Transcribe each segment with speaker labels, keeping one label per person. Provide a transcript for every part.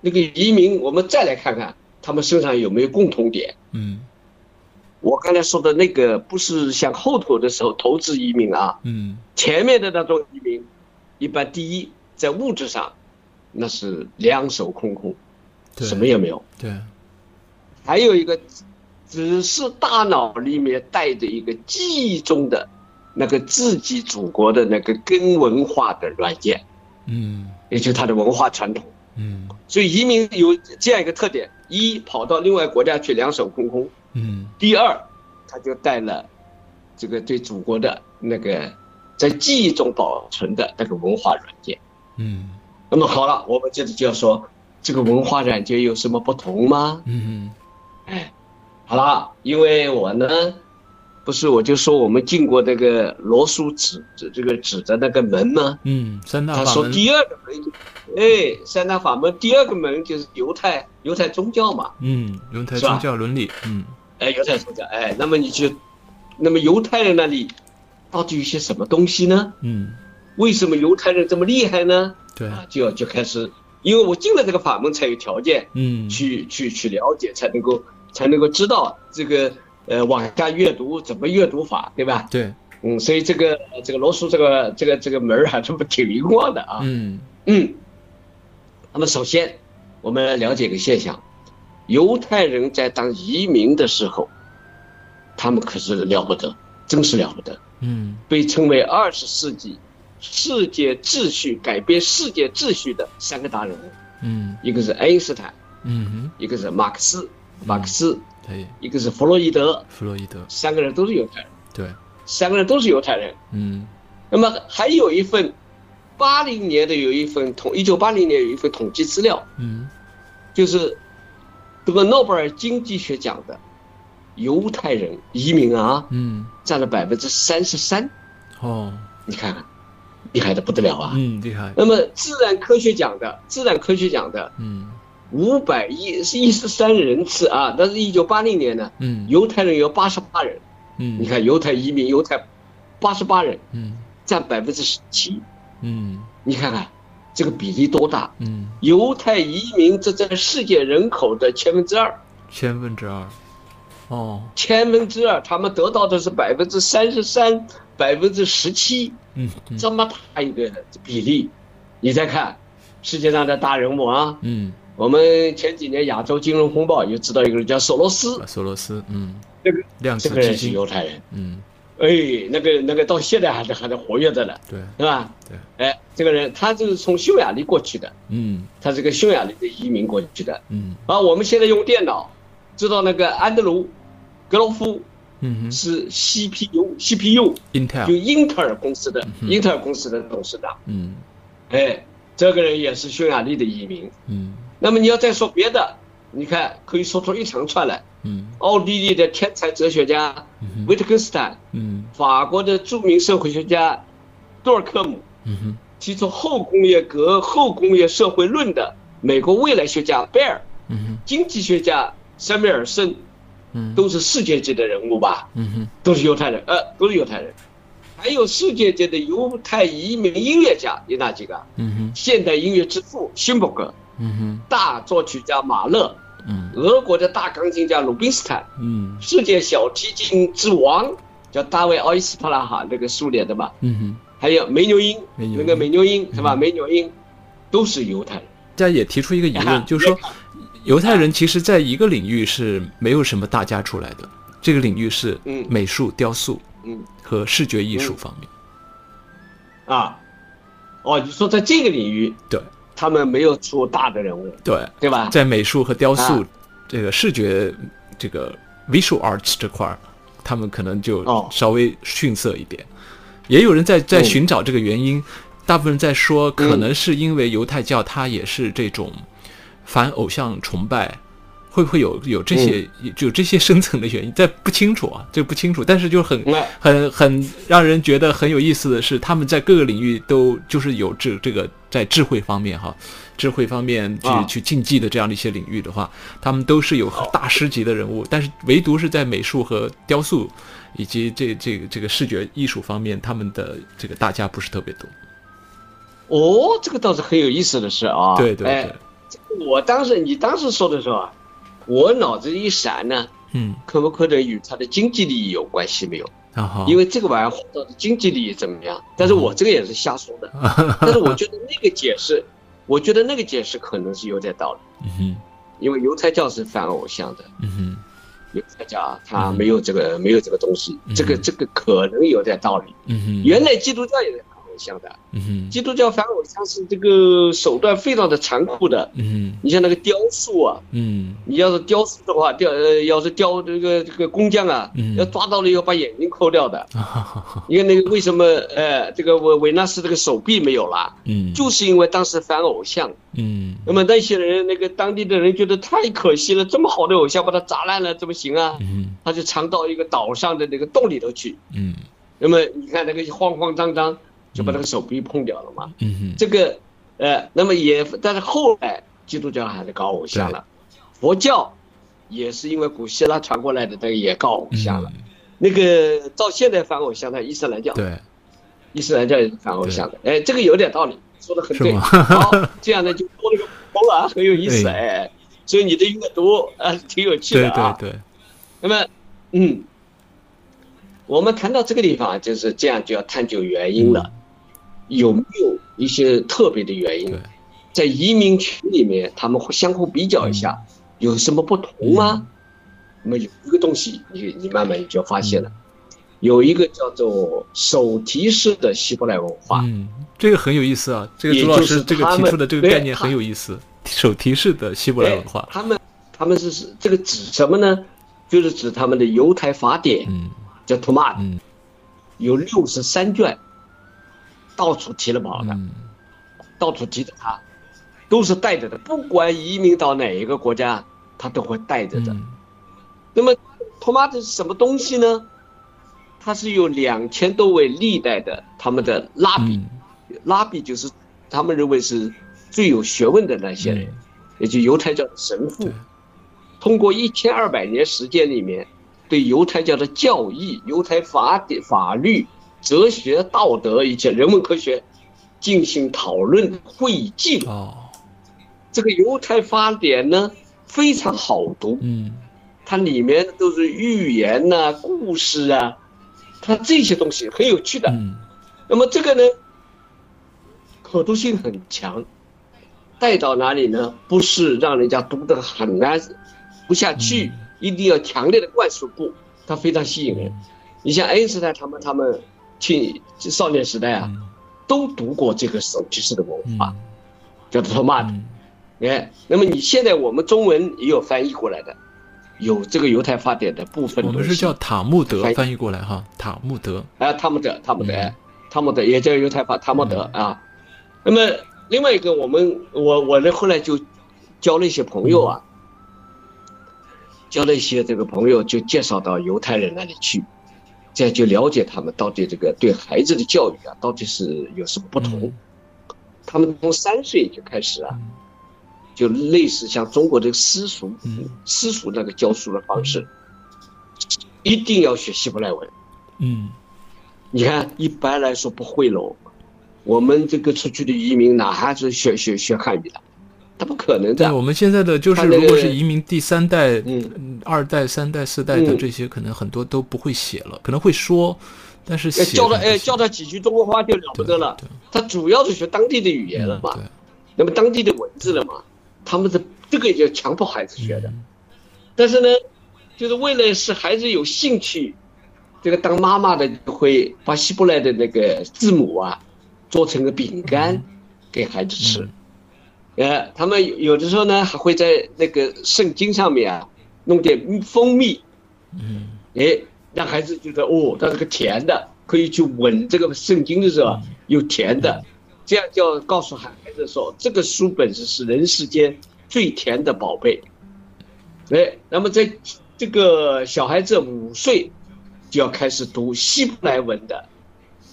Speaker 1: 那个移民，我们再来看看他们身上有没有共同点。
Speaker 2: 嗯
Speaker 1: 我刚才说的那个不是向后头的时候投资移民啊，
Speaker 2: 嗯
Speaker 1: 前面的那种移民，一般第一在物质上，那是两手空空，
Speaker 2: 对
Speaker 1: 什么也没有；
Speaker 2: 对
Speaker 1: 还有一个，只是大脑里面带着一个记忆中的那个自己祖国的那个根文化的软件，
Speaker 2: 嗯
Speaker 1: 也就是它的文化传统。
Speaker 2: 嗯
Speaker 1: 所以移民有这样一个特点：一跑到另外国家去两手空空，
Speaker 2: 嗯
Speaker 1: 第二，他就带了这个对祖国的那个在记忆中保存的那个文化软件。
Speaker 2: 嗯
Speaker 1: 那么好了，我们接着就要说这个文化软件有什么不同吗？
Speaker 2: 嗯
Speaker 1: 好啦，因为我呢，不是我就说我们进过那个罗叔指指这个指的那个门吗？
Speaker 2: 嗯，三大
Speaker 1: 他
Speaker 2: 法
Speaker 1: 说
Speaker 2: 门，
Speaker 1: 第二个门，哎，三大法门第二个门就是犹太犹太宗教嘛，
Speaker 2: 嗯，轮胎
Speaker 1: 是吧
Speaker 2: 宗教伦理，嗯
Speaker 1: 哎，犹太宗教，哎，那么你就，那么犹太人那里到底有些什么东西呢？
Speaker 2: 嗯，
Speaker 1: 为什么犹太人这么厉害呢？
Speaker 2: 对，
Speaker 1: 啊，就就开始，因为我进了这个法门才有条件
Speaker 2: 嗯
Speaker 1: 去去去了解，才能够才能够知道这个呃往下阅读怎么阅读法，对吧？
Speaker 2: 对，
Speaker 1: 嗯，所以这个这个罗叔这个这个这个门儿还是不挺灵光的啊。
Speaker 2: 嗯
Speaker 1: 嗯，那么首先我们来了解一个现象，犹太人在当移民的时候，他们可是了不得，真是了不得，
Speaker 2: 嗯
Speaker 1: 被称为二十世纪世界秩序改变世界秩序的三个达人物，
Speaker 2: 嗯
Speaker 1: 一个是爱因斯坦，
Speaker 2: 嗯
Speaker 1: 一个是马克思，马克思，
Speaker 2: 哼，可以，
Speaker 1: 一个是弗洛伊德，
Speaker 2: 弗洛伊德，
Speaker 1: 三个人都是犹太人，
Speaker 2: 对，
Speaker 1: 三个人都是犹太人。
Speaker 2: 嗯
Speaker 1: 那么还有一份，八零年的有一份统，一九八零年有一份统计资料。
Speaker 2: 嗯
Speaker 1: 就是得诺贝尔经济学奖的犹太人移民啊，
Speaker 2: 嗯，
Speaker 1: 占了百分之三十三，
Speaker 2: 哦，
Speaker 1: 你看看，厉害的不得了啊！
Speaker 2: 嗯，厉害，
Speaker 1: 那么自然科学奖的自然科学奖的
Speaker 2: 嗯
Speaker 1: 五百一一十三人次啊，那是一九八零年呢，
Speaker 2: 嗯，
Speaker 1: 犹太人有八十八人，
Speaker 2: 嗯，
Speaker 1: 你看犹太移民犹太八十八人
Speaker 2: 嗯
Speaker 1: 占百分之十七，
Speaker 2: 嗯
Speaker 1: 你看看这个比例多大！
Speaker 2: 嗯，
Speaker 1: 犹太移民这占世界人口的千分之二，
Speaker 2: 千分之二，哦，
Speaker 1: 千分之二，他们得到的是百分之三十三、百分之十七，
Speaker 2: 嗯嗯
Speaker 1: 这么大一个比例。你再看世界上的大人物啊，
Speaker 2: 嗯，
Speaker 1: 我们前几年亚洲金融风暴也知道一个人叫索罗斯，
Speaker 2: 索罗斯，嗯，
Speaker 1: 这个
Speaker 2: 量
Speaker 1: 这
Speaker 2: 子
Speaker 1: 个
Speaker 2: 基
Speaker 1: 人是
Speaker 2: 金，
Speaker 1: 犹太人，
Speaker 2: 嗯，
Speaker 1: 哎，那个那个到现在还在还在活跃着呢，
Speaker 2: 对，
Speaker 1: 是吧？
Speaker 2: 对，
Speaker 1: 哎，这个人他就是从匈牙利过去的，
Speaker 2: 嗯
Speaker 1: 他是个匈牙利的移民过去的。
Speaker 2: 嗯
Speaker 1: 啊，我们现在用电脑知道那个安德鲁·格罗夫
Speaker 2: 嗯哼
Speaker 1: 是 CPU CPU。就
Speaker 2: ，Intel，
Speaker 1: 英特尔公司的
Speaker 2: 啊嗯
Speaker 1: 英特尔公司的董事长，
Speaker 2: 嗯
Speaker 1: 哎，这个人也是匈牙利的移民。
Speaker 2: 嗯
Speaker 1: 那么你要再说别的，你看可以说出一长串来：
Speaker 2: 嗯
Speaker 1: 奥地利的天才哲学家
Speaker 2: 嗯
Speaker 1: 维特根斯坦，
Speaker 2: 嗯
Speaker 1: 法国的著名社会学家杜尔克姆，
Speaker 2: 嗯哼，
Speaker 1: 提出后工业革后工业社会论的美国未来学家贝尔，
Speaker 2: 嗯哼，
Speaker 1: 经济学家塞缪尔森，
Speaker 2: 嗯，
Speaker 1: 都是世界级的人物吧？
Speaker 2: 嗯哼，
Speaker 1: 都是犹太人，呃，都是犹太人，还有世界界的犹太移民音乐家有哪几个？
Speaker 2: 嗯哼，
Speaker 1: 现代音乐之父辛伯格，
Speaker 2: 嗯哼，
Speaker 1: 大作曲家马勒，
Speaker 2: 嗯
Speaker 1: 俄国的大钢琴家鲁宾斯坦，
Speaker 2: 嗯
Speaker 1: 世界小提琴之王叫大卫奥伊斯特拉哈，那个苏联的嘛，
Speaker 2: 嗯哼，
Speaker 1: 还有梅纽因，
Speaker 2: 梅纽嗯因
Speaker 1: 那个梅纽因是吧？梅纽因都是犹太人，
Speaker 2: 大家也提出一个疑
Speaker 1: 啊
Speaker 2: 问，就是说，犹太人其实在一个领域是没有什么大家出来的，这个领域是
Speaker 1: 嗯
Speaker 2: 美术、雕塑
Speaker 1: 嗯
Speaker 2: 和视觉艺术方面。
Speaker 1: 啊，哦，你说在这个领域，
Speaker 2: 对
Speaker 1: 他们没有出大的人物，
Speaker 2: 对，
Speaker 1: 对吧？
Speaker 2: 在美术和雕塑
Speaker 1: 啊
Speaker 2: 这个视觉这个 visual arts 这块儿，他们可能就
Speaker 1: 哦
Speaker 2: 稍微逊色一点。也有人在在
Speaker 1: 嗯
Speaker 2: 寻找这个原因，大部分人在说，可
Speaker 1: 嗯
Speaker 2: 能是因为犹太教它也是这种反偶像崇拜。会不会有有这些
Speaker 1: 嗯
Speaker 2: 有这些深层的原因？但不清楚啊，这不清楚。但是就很
Speaker 1: 那
Speaker 2: 很很让人觉得很有意思的是，他们在各个领域都就是有这这个在智慧方面哈，智慧方面去
Speaker 1: 啊
Speaker 2: 去竞技的这样的一些领域的话，他们都是有大师级的人物，但是唯独是在美术和雕塑以及这这个这个视觉艺术方面，他们的这个大家不是特别多。
Speaker 1: 哦，这个倒是很有意思的事啊。
Speaker 2: 对对对
Speaker 1: 哎，我当时你当时说的时候啊，我脑子一闪呢，
Speaker 2: 嗯，啊
Speaker 1: 可不可能与他的经济利益有关系没有？
Speaker 2: 然后
Speaker 1: 因为这个玩意儿划到的经济利益怎么样？但是我这个也是瞎说的，但是我觉得那个解释，我觉得那个解释可能是有点道理，
Speaker 2: 嗯哼
Speaker 1: 因为犹太教是反偶像的，
Speaker 2: 嗯哼
Speaker 1: 犹太教啊，他没有这个没有这个东西，这个这个可能有点道理。
Speaker 2: 嗯哼，
Speaker 1: 原来基督教也是反偶像的，
Speaker 2: 嗯哼
Speaker 1: 基督教反偶像是这个手段非常的残酷的，
Speaker 2: 嗯哼
Speaker 1: 你像那个雕塑啊，
Speaker 2: 嗯
Speaker 1: 你要是雕塑的话，雕呃，要是雕这个这个工匠啊，
Speaker 2: 嗯
Speaker 1: 要抓到了要把眼睛抠掉的。
Speaker 2: 啊哈哈哈
Speaker 1: 因为那个为什么呃，这个维维纳斯这个手臂没有了，
Speaker 2: 嗯
Speaker 1: 就是因为当时反偶像。
Speaker 2: 嗯
Speaker 1: 那么那些人，那个当地的人觉得太可惜了，这么好的偶像把它砸烂了，怎么行啊？
Speaker 2: 嗯
Speaker 1: 他就藏到一个岛上的那个洞里头去。
Speaker 2: 嗯
Speaker 1: 那么你看那个慌慌张张就把那个手臂碰掉了嘛。
Speaker 2: 嗯哼，
Speaker 1: 这个呃，那么也但是后来基督教还是搞偶像了，佛教也是因为古希腊传过来的，那个也搞偶像了。
Speaker 2: 嗯
Speaker 1: 那个到现在反偶像的伊斯兰教，
Speaker 2: 对，
Speaker 1: 伊斯兰教也是反偶像的。哎，这个有点道理，说的很
Speaker 2: 是
Speaker 1: 对。
Speaker 2: 吗
Speaker 1: 好，这样呢就多了个头啊，很有意 思
Speaker 2: 哎
Speaker 1: 哎。所以你的阅读啊挺有趣
Speaker 2: 对
Speaker 1: 的啊
Speaker 2: 对。对，
Speaker 1: 那么，嗯，我们谈到这个地方，啊就是这样就要探究原因了，有没有一些特别的原因
Speaker 2: 对？
Speaker 1: 在移民群里面，他们会相互比较一下，
Speaker 2: 嗯
Speaker 1: 有什么不同吗？那么有一个东西，你你慢慢你就
Speaker 2: 嗯
Speaker 1: 发现了，有一个叫做手提式的希伯来文化，
Speaker 2: 嗯，这个很有意思啊，这个
Speaker 1: 也
Speaker 2: 朱老
Speaker 1: 就
Speaker 2: 师
Speaker 1: 是
Speaker 2: 这个
Speaker 1: 他
Speaker 2: 提
Speaker 1: 们
Speaker 2: 出的这个
Speaker 1: 对
Speaker 2: 概念
Speaker 1: 他
Speaker 2: 很有意思，手提式的希伯来
Speaker 1: 哎
Speaker 2: 文化，
Speaker 1: 他们他们是是这个指什么呢？就是指他们的犹太法典，
Speaker 2: 嗯
Speaker 1: 叫 t o m a
Speaker 2: 嗯
Speaker 1: 有六十三卷，到处提了宝的，
Speaker 2: 嗯
Speaker 1: 到处提着它，都是带着的，不管移民到哪一个国家，他都会带着的。
Speaker 2: 嗯
Speaker 1: 那么托马的是什么东西呢？它是有两千多位历代的他们的拉比，
Speaker 2: 嗯
Speaker 1: 拉比就是他们认为是最有学问的那些人，也就犹太教的神父
Speaker 2: 对，
Speaker 1: 通过一千二百年时间里面，对犹太教的教义、犹太法典、法律、哲学、道德以及人文科学进行讨论汇集。
Speaker 2: 哦
Speaker 1: 这个犹太法典呢非常好读，
Speaker 2: 嗯
Speaker 1: 它里面都是寓言呐、故事啊，它这些东西很有趣的。
Speaker 2: 嗯
Speaker 1: 那么这个呢，可读性很强，带到哪里呢？不是让人家读得很难不下去，
Speaker 2: 嗯
Speaker 1: 一定要强烈的灌输，不，它非常吸引人。你像爱因斯坦他们他们去少年时代啊，
Speaker 2: 嗯
Speaker 1: 都读过这个手提式的文
Speaker 2: 嗯
Speaker 1: 化，叫托马的。
Speaker 2: 嗯
Speaker 1: 哎，那么你现在我们中文也有翻译过来的，有这个犹太法典的部分
Speaker 2: 我
Speaker 1: 东
Speaker 2: 们是
Speaker 1: 西
Speaker 2: 叫塔木德
Speaker 1: 翻译
Speaker 2: 翻译过来哈，塔木德，
Speaker 1: 啊，塔木德，塔木德，
Speaker 2: 嗯
Speaker 1: 塔木德也叫犹太法塔木德啊。那么另外一个，我们我我呢后来就交了一些朋友啊，
Speaker 2: 嗯
Speaker 1: 交了一些这个朋友就介绍到犹太人那里去，这样就了解他们到底这个对孩子的教育啊，到底是有什么不同。
Speaker 2: 嗯
Speaker 1: 他们从三岁就开始啊
Speaker 2: 嗯，
Speaker 1: 就类似像中国的私塾
Speaker 2: 嗯
Speaker 1: 私塾那个教书的方式，一定要学希伯来文。
Speaker 2: 嗯
Speaker 1: 你看，一般来说不会喽。我们这个出去的移民哪还是学学学汉语的？他不可能
Speaker 2: 对，
Speaker 1: 的。
Speaker 2: 我们现在的就是，
Speaker 1: 啊他那个
Speaker 2: 如果是移民第三代、
Speaker 1: 嗯
Speaker 2: 嗯二代、三代、四代的
Speaker 1: 嗯
Speaker 2: 这些，可能很多都不会写了，可能会说，但是
Speaker 1: 哎
Speaker 2: 写
Speaker 1: 教他
Speaker 2: 的
Speaker 1: 哎教他几句中国话就了不得了
Speaker 2: 对对。
Speaker 1: 他主要是学当地的语言了
Speaker 2: 嗯
Speaker 1: 嘛，
Speaker 2: 对，
Speaker 1: 那么当地的文字了嘛，他们的这个也强迫孩子学的
Speaker 2: 嗯。
Speaker 1: 但是呢，就是为了使孩子有兴趣，这个当妈妈的就会把希伯来的那个字母啊，做成个饼干给孩子吃。
Speaker 2: 嗯
Speaker 1: 呃，他们有有的时候呢，还会在那个圣经上面啊，弄点蜂蜜，
Speaker 2: 嗯
Speaker 1: 哎，让孩子觉得哦，它是个甜的，可以去闻这个圣经的时候啊
Speaker 2: 嗯
Speaker 1: 有甜的，这样就要告诉孩子说，这个书本是是人世间最甜的宝贝。哎，那么在这个小孩子五岁就要开始读希伯来文的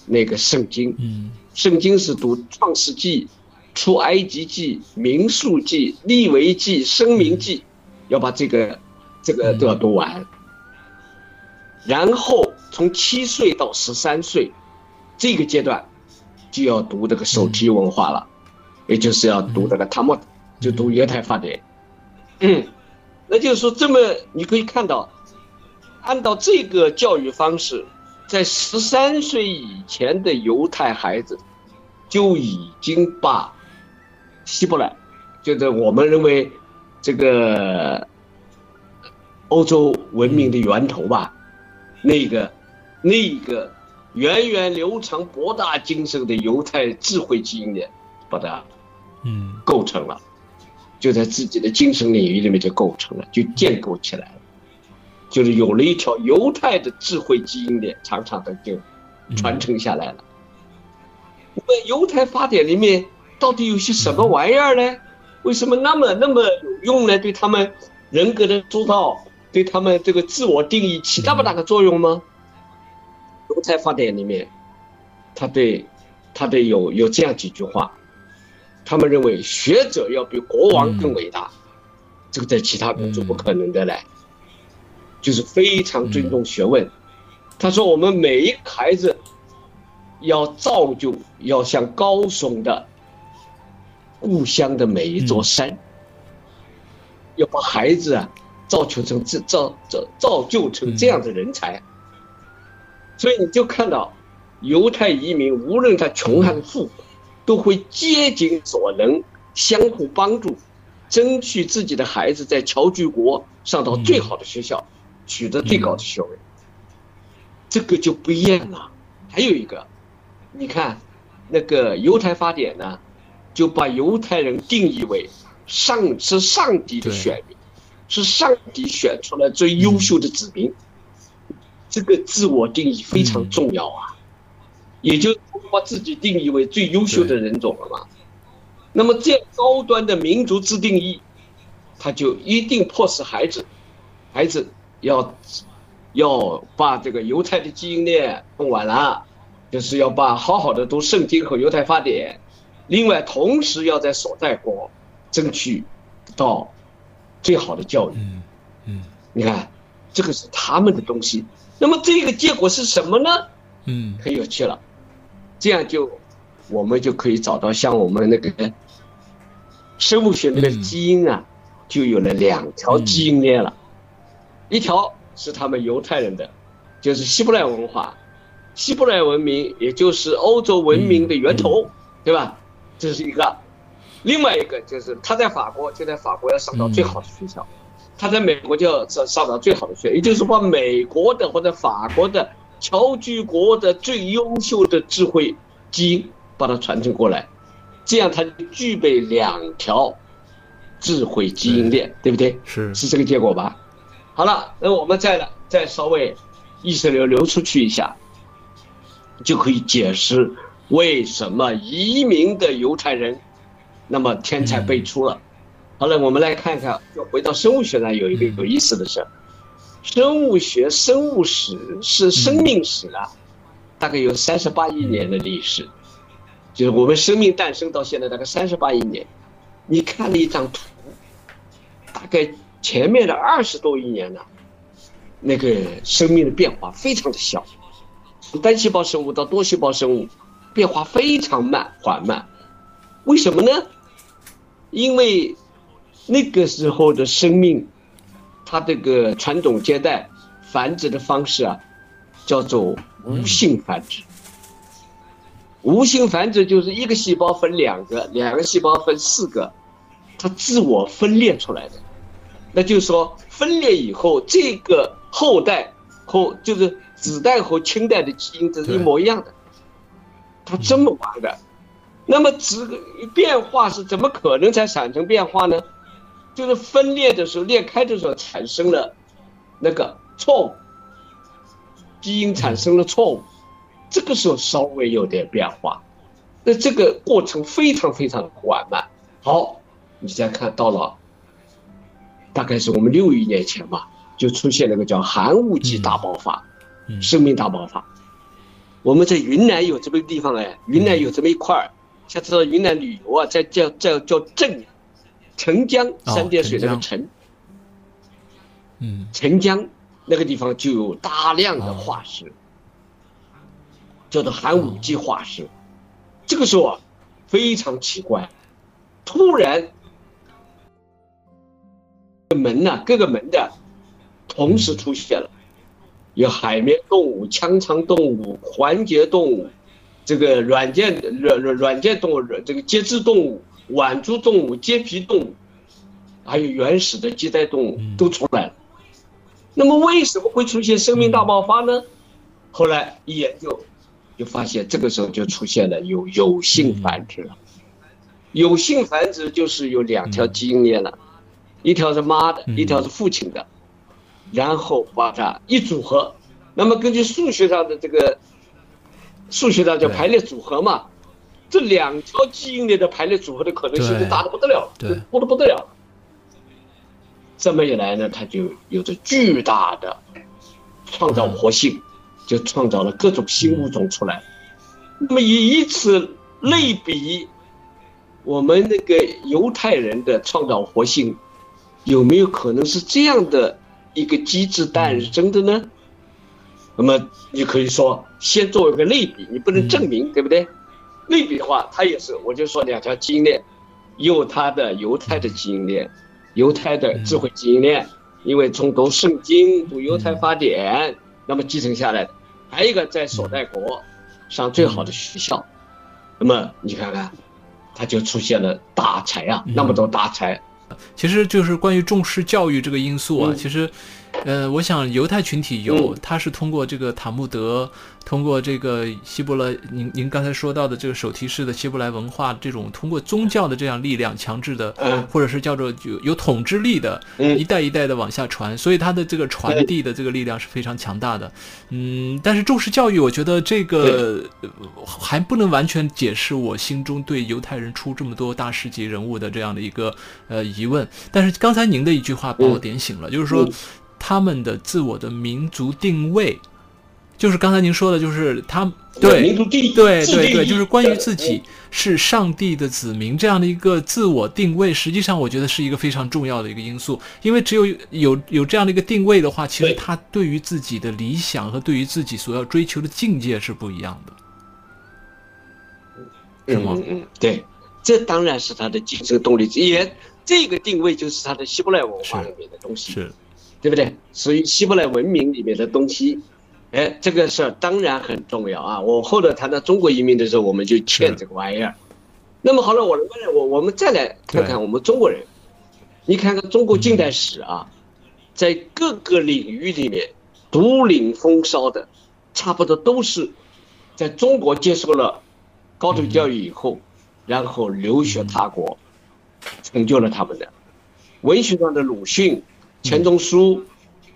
Speaker 1: 那个圣经，
Speaker 2: 嗯
Speaker 1: 圣经是读《创世纪》《出埃及记》《民数记》《利维记》《生明记》，要把这个这个都要读完。然后从七岁到十三岁这个阶段，就要读这个手提文化了，也就是要读这个塔木，就读犹太法典。嗯，那就是说，这么你可以看到，按照这个教育方式，在十三岁以前的犹太孩子就已经把希伯来，就是我们认为这个欧洲文明的源头吧，那个那个源远流长、博大精深的犹太智慧基因的，把它
Speaker 2: 嗯
Speaker 1: 构成了。就在自己的精神领域里面就构成了，就建构起来了，就是有了一条犹太的智慧基因链，长长的就
Speaker 2: 嗯
Speaker 1: 传承下来了。我们犹太法典里面到底有些什么玩意儿呢？为什么那么那么有用呢？对他们人格的塑造，对他们这个自我定义起那么大的作用吗？犹太法典里面，他对，他对有有这样几句话，他们认为学者要比国王更伟大，这个在其他民族不可能的嘞，就是非常尊重学问。他说我们每一个孩子要造就，要像高耸的故乡的每一座山，要把孩子啊造就成这造造造就成这样的人才。啊所以你就看到，犹太移民无论他穷还是富，都会竭尽所能，相互帮助，争取自己的孩子在侨居国上到最好的学校，取得最高的学位。这个就不一样了。还有一个，你看，那个犹太法典呢，就把犹太人定义为上是上帝的
Speaker 2: 对
Speaker 1: 选民，是上帝选出来最优秀的子民。这个自我定义非常重要啊，也就是说把自己定义为最优秀的人种了嘛。那么这样高端的民族自定义，他就一定迫使孩子，孩子要要把这个犹太的基因链弄完了，就是要把好好的读圣经和犹太法典，另外同时要在所在国争取到最好的教育。
Speaker 2: 嗯嗯
Speaker 1: 你看，这个是他们的东西。那么这个结果是什么呢？
Speaker 2: 嗯
Speaker 1: 很有趣了。这样就我们就可以找到像我们那个生物学里面的基因啊，就有了两条基因链了，一条是他们犹太人的，就是希伯来文化，希伯来文明也就是欧洲文明的源头，对吧？这是一个。另外一个就是他在法国，就在法国要上到最好的学校。他在美国就要上上到最好的学，也就是把美国的或者法国的侨居国的最优秀的智慧基因把它传承过来，这样它就具备两条智慧基因链，对不对？
Speaker 2: 是
Speaker 1: 是这个结果吧？好了，那我们再来再稍微意识流流出去一下，就可以解释为什么移民的犹太人那么天才辈出了。好了，我们来看看，就回到生物学上有一个有意思的事儿，生物学生物史是生命史啊，大概有三十八亿年的历史，就是我们生命诞生到现在大概三十八亿年。你看了一张图，大概前面的二十多亿年呢，那个生命的变化非常的小，从单细胞生物到多细胞生物，变化非常慢缓慢。为什么呢？因为那个时候的生命，它这个传宗接代繁殖的方式啊，叫做无性繁殖。无性繁殖就是一个细胞分两个，两个细胞分四个，它自我分裂出来的。那就是说，分裂以后，这个后代后就是子代和亲代的基因，这是一
Speaker 2: 对
Speaker 1: 模一样的。它这么玩的，那么这个变化是怎么可能才产生变化呢？就是分裂的时候，裂开的时候产生了那个错误，基因产生了错误，这个时候稍微有点变化，那这个过程非常非常缓慢。好，你再看到了，大概是我们六亿年前吧，就出现了个叫寒武纪大爆发，
Speaker 2: 嗯
Speaker 1: 生命大爆发。我们在云南有这么个地方哎，云南有这么一块儿，下次到云南旅游啊，在叫叫叫镇，澄江三点水那个
Speaker 2: 哦澄江
Speaker 1: 澄，
Speaker 2: 嗯
Speaker 1: 澄江那个地方就有大量的化石，叫做寒武纪化石。这个时候啊，非常奇怪，突然门呢、各个门的同时出现了，有海绵动物、腔肠动物、环节动物，这个软件软软软件动物、这个节肢动物、腕足动物、接皮动物，还有原始的脐带动物都出来了。那么为什么会出现生命大爆发呢？后来一研究，就发现这个时候就出现了有有性繁殖了。有性繁殖就是有两条基因链
Speaker 2: 嗯
Speaker 1: 了，一条是妈的，一条是父亲的，然后把它一组合。那么根据数学上的这个，数学上叫排列组合嘛，这两条基因链的排列组合的可能性就大的不得了，
Speaker 2: 对对
Speaker 1: 多的不得了。这么一来呢，它就有着巨大的创造活性，就创造了各种新物种出来。那么以此类比，我们那个犹太人的创造活性，有没有可能是这样的一个机制诞生的呢？那么你可以说，先作为一个类比，你不能证明，对不对？类比的话，它也是，我就说两条基因链，有它的犹太的基因
Speaker 2: 嗯
Speaker 1: 链，犹太的智慧基因链，因为从读圣经、读犹太法
Speaker 2: 嗯
Speaker 1: 典，那么继承下来的；还有一个在所在国上最好的学校，
Speaker 2: 嗯
Speaker 1: 那么你看看，它就出现了大才啊，
Speaker 2: 嗯
Speaker 1: 那么多大才，
Speaker 2: 其实就是关于重视教育这个因素啊，
Speaker 1: 嗯
Speaker 2: 其实，呃，我想犹太群体有，
Speaker 1: 嗯
Speaker 2: 他是通过这个塔木德，通过这个希伯来，您您刚才说到的这个手提式的希伯来文化，这种通过宗教的这样力量强制的，
Speaker 1: 嗯
Speaker 2: 或者是叫做有有统治力的，
Speaker 1: 嗯
Speaker 2: 一代一代的往下传，所以它的这个传递的这个力量是非常强大的。嗯，但是重视教育，我觉得这个呃还不能完全解释我心中对犹太人出这么多大师级人物的这样的一个呃疑问。但是刚才您的一句话把我点醒了，就是说
Speaker 1: 嗯
Speaker 2: 他们的自我的民族定位，就是刚才您说的，就是他对
Speaker 1: 民族第一，
Speaker 2: 对
Speaker 1: 自
Speaker 2: 对
Speaker 1: 立
Speaker 2: 对，
Speaker 1: 意
Speaker 2: 就是关于
Speaker 1: 的
Speaker 2: 自己是上帝的子民这样的一个自我定位，实际上我觉得是一个非常重要的一个因素，因为只有有有这样的一个定位的话，其实
Speaker 1: 对
Speaker 2: 他对于自己的理想和对于自己所要追求的境界是不一样的。是吗
Speaker 1: 嗯嗯，嗯，对，这当然是他的竞争动力之一，也这个定位就是他的希伯来文化
Speaker 2: 是
Speaker 1: 里面的东西，
Speaker 2: 是，
Speaker 1: 对不对？属于希伯来文明里面的东西。哎，这个事儿当然很重要啊！我后来谈到中国移民的时候，我们就欠
Speaker 2: 是
Speaker 1: 这个玩意儿。那么好了，我来我我们再来看看
Speaker 2: 对
Speaker 1: 我们中国人，你看看中国近代史啊，在各个领域里面独领风骚的，差不多都是在中国接受了高等教育以后，然后留学他国，成就了他们的。文学上的鲁迅、钱钟书，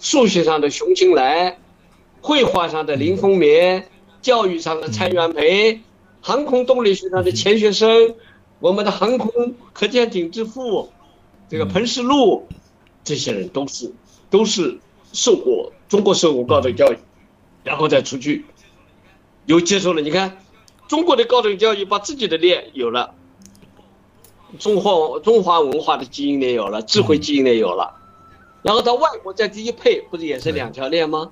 Speaker 1: 数学上的熊青来，绘画上的林风眠，教育上的蔡元培，航空动力学上的钱学森，我们的航空可见顶之父，这个彭世禄，这些人都是都是受过中国受过高等教育，然后再出去，有接受了。你看，中国的高等教育把自己的链有了，中华中华文化的基因链有了，智慧基因链有了，然后到外国再去一配，不是也是两条链吗？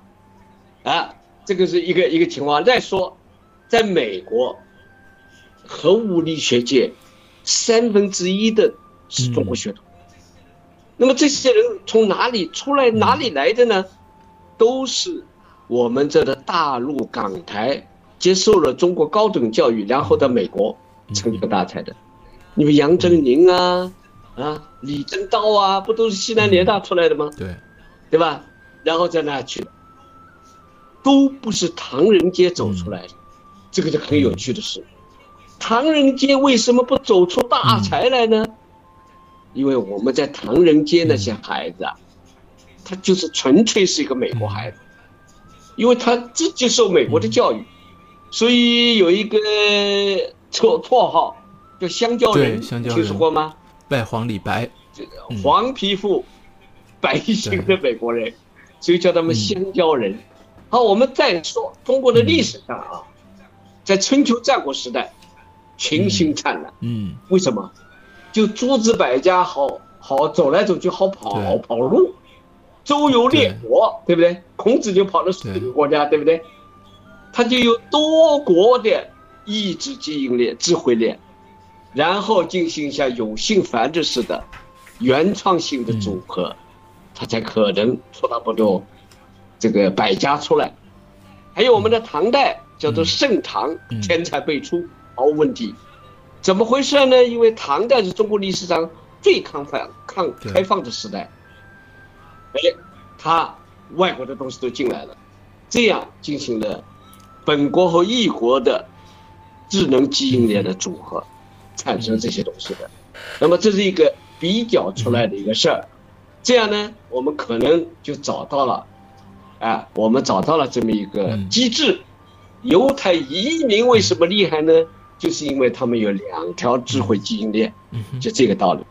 Speaker 1: 啊，这个是一个一个情况。再说，在美国，核物理学界三分之一的是中国血统。那么这些人从哪里出来，哪里来的呢？都是我们这的大陆港台接受了中国高等教育，然后到美国成就大才的。你们杨振宁啊，啊，李政道啊，不都是西南联大出来的吗？
Speaker 2: 对，
Speaker 1: 对吧？然后在那去，都不是唐人街走出
Speaker 2: 嗯
Speaker 1: 来的，这个就很有趣的是，唐人街为什么不走出大才来呢？因为我们在唐人街那些孩子啊，他就是纯粹是一个美国孩子，因为他只接受美国的教
Speaker 2: 嗯
Speaker 1: 育，所以有一个绰绰号叫香蕉人，
Speaker 2: 对香蕉
Speaker 1: 听
Speaker 2: 人
Speaker 1: 说过吗？
Speaker 2: 外黄李白，嗯
Speaker 1: 黄皮肤、白姓的美国人，所以叫
Speaker 2: 嗯
Speaker 1: 他们香蕉人。好，我们再说中国的历史上啊，在春秋战国时代，群星灿烂。
Speaker 2: 嗯嗯，
Speaker 1: 为什么？就诸子百家好好走来走去，好跑
Speaker 2: 对
Speaker 1: 跑路，周游列国，对不对？孔子就跑了四
Speaker 2: 对
Speaker 1: 个国家，对不对？他就有多国的意志基因链、智慧链，然后进行一下有性繁殖式的原创性的组合，它才可能差不多这个百家出来。还有我们的唐代叫做盛唐，
Speaker 2: 嗯
Speaker 1: 天才辈出，毫无问题。怎么回事呢？因为唐代是中国历史上最开放、抗
Speaker 2: 对
Speaker 1: 开放的时代，哎，他外国的东西都进来了，这样进行了本国和异国的智能基因链的组合，产生这些东西的。那么这是一个比较出来的一个事儿，这样呢，我们可能就找到了，啊，我们找到了这么一个
Speaker 2: 嗯
Speaker 1: 机制。犹太移民为什么厉害呢？就是因为他们有两条智慧基因链，
Speaker 2: 嗯哼
Speaker 1: 就这个道理。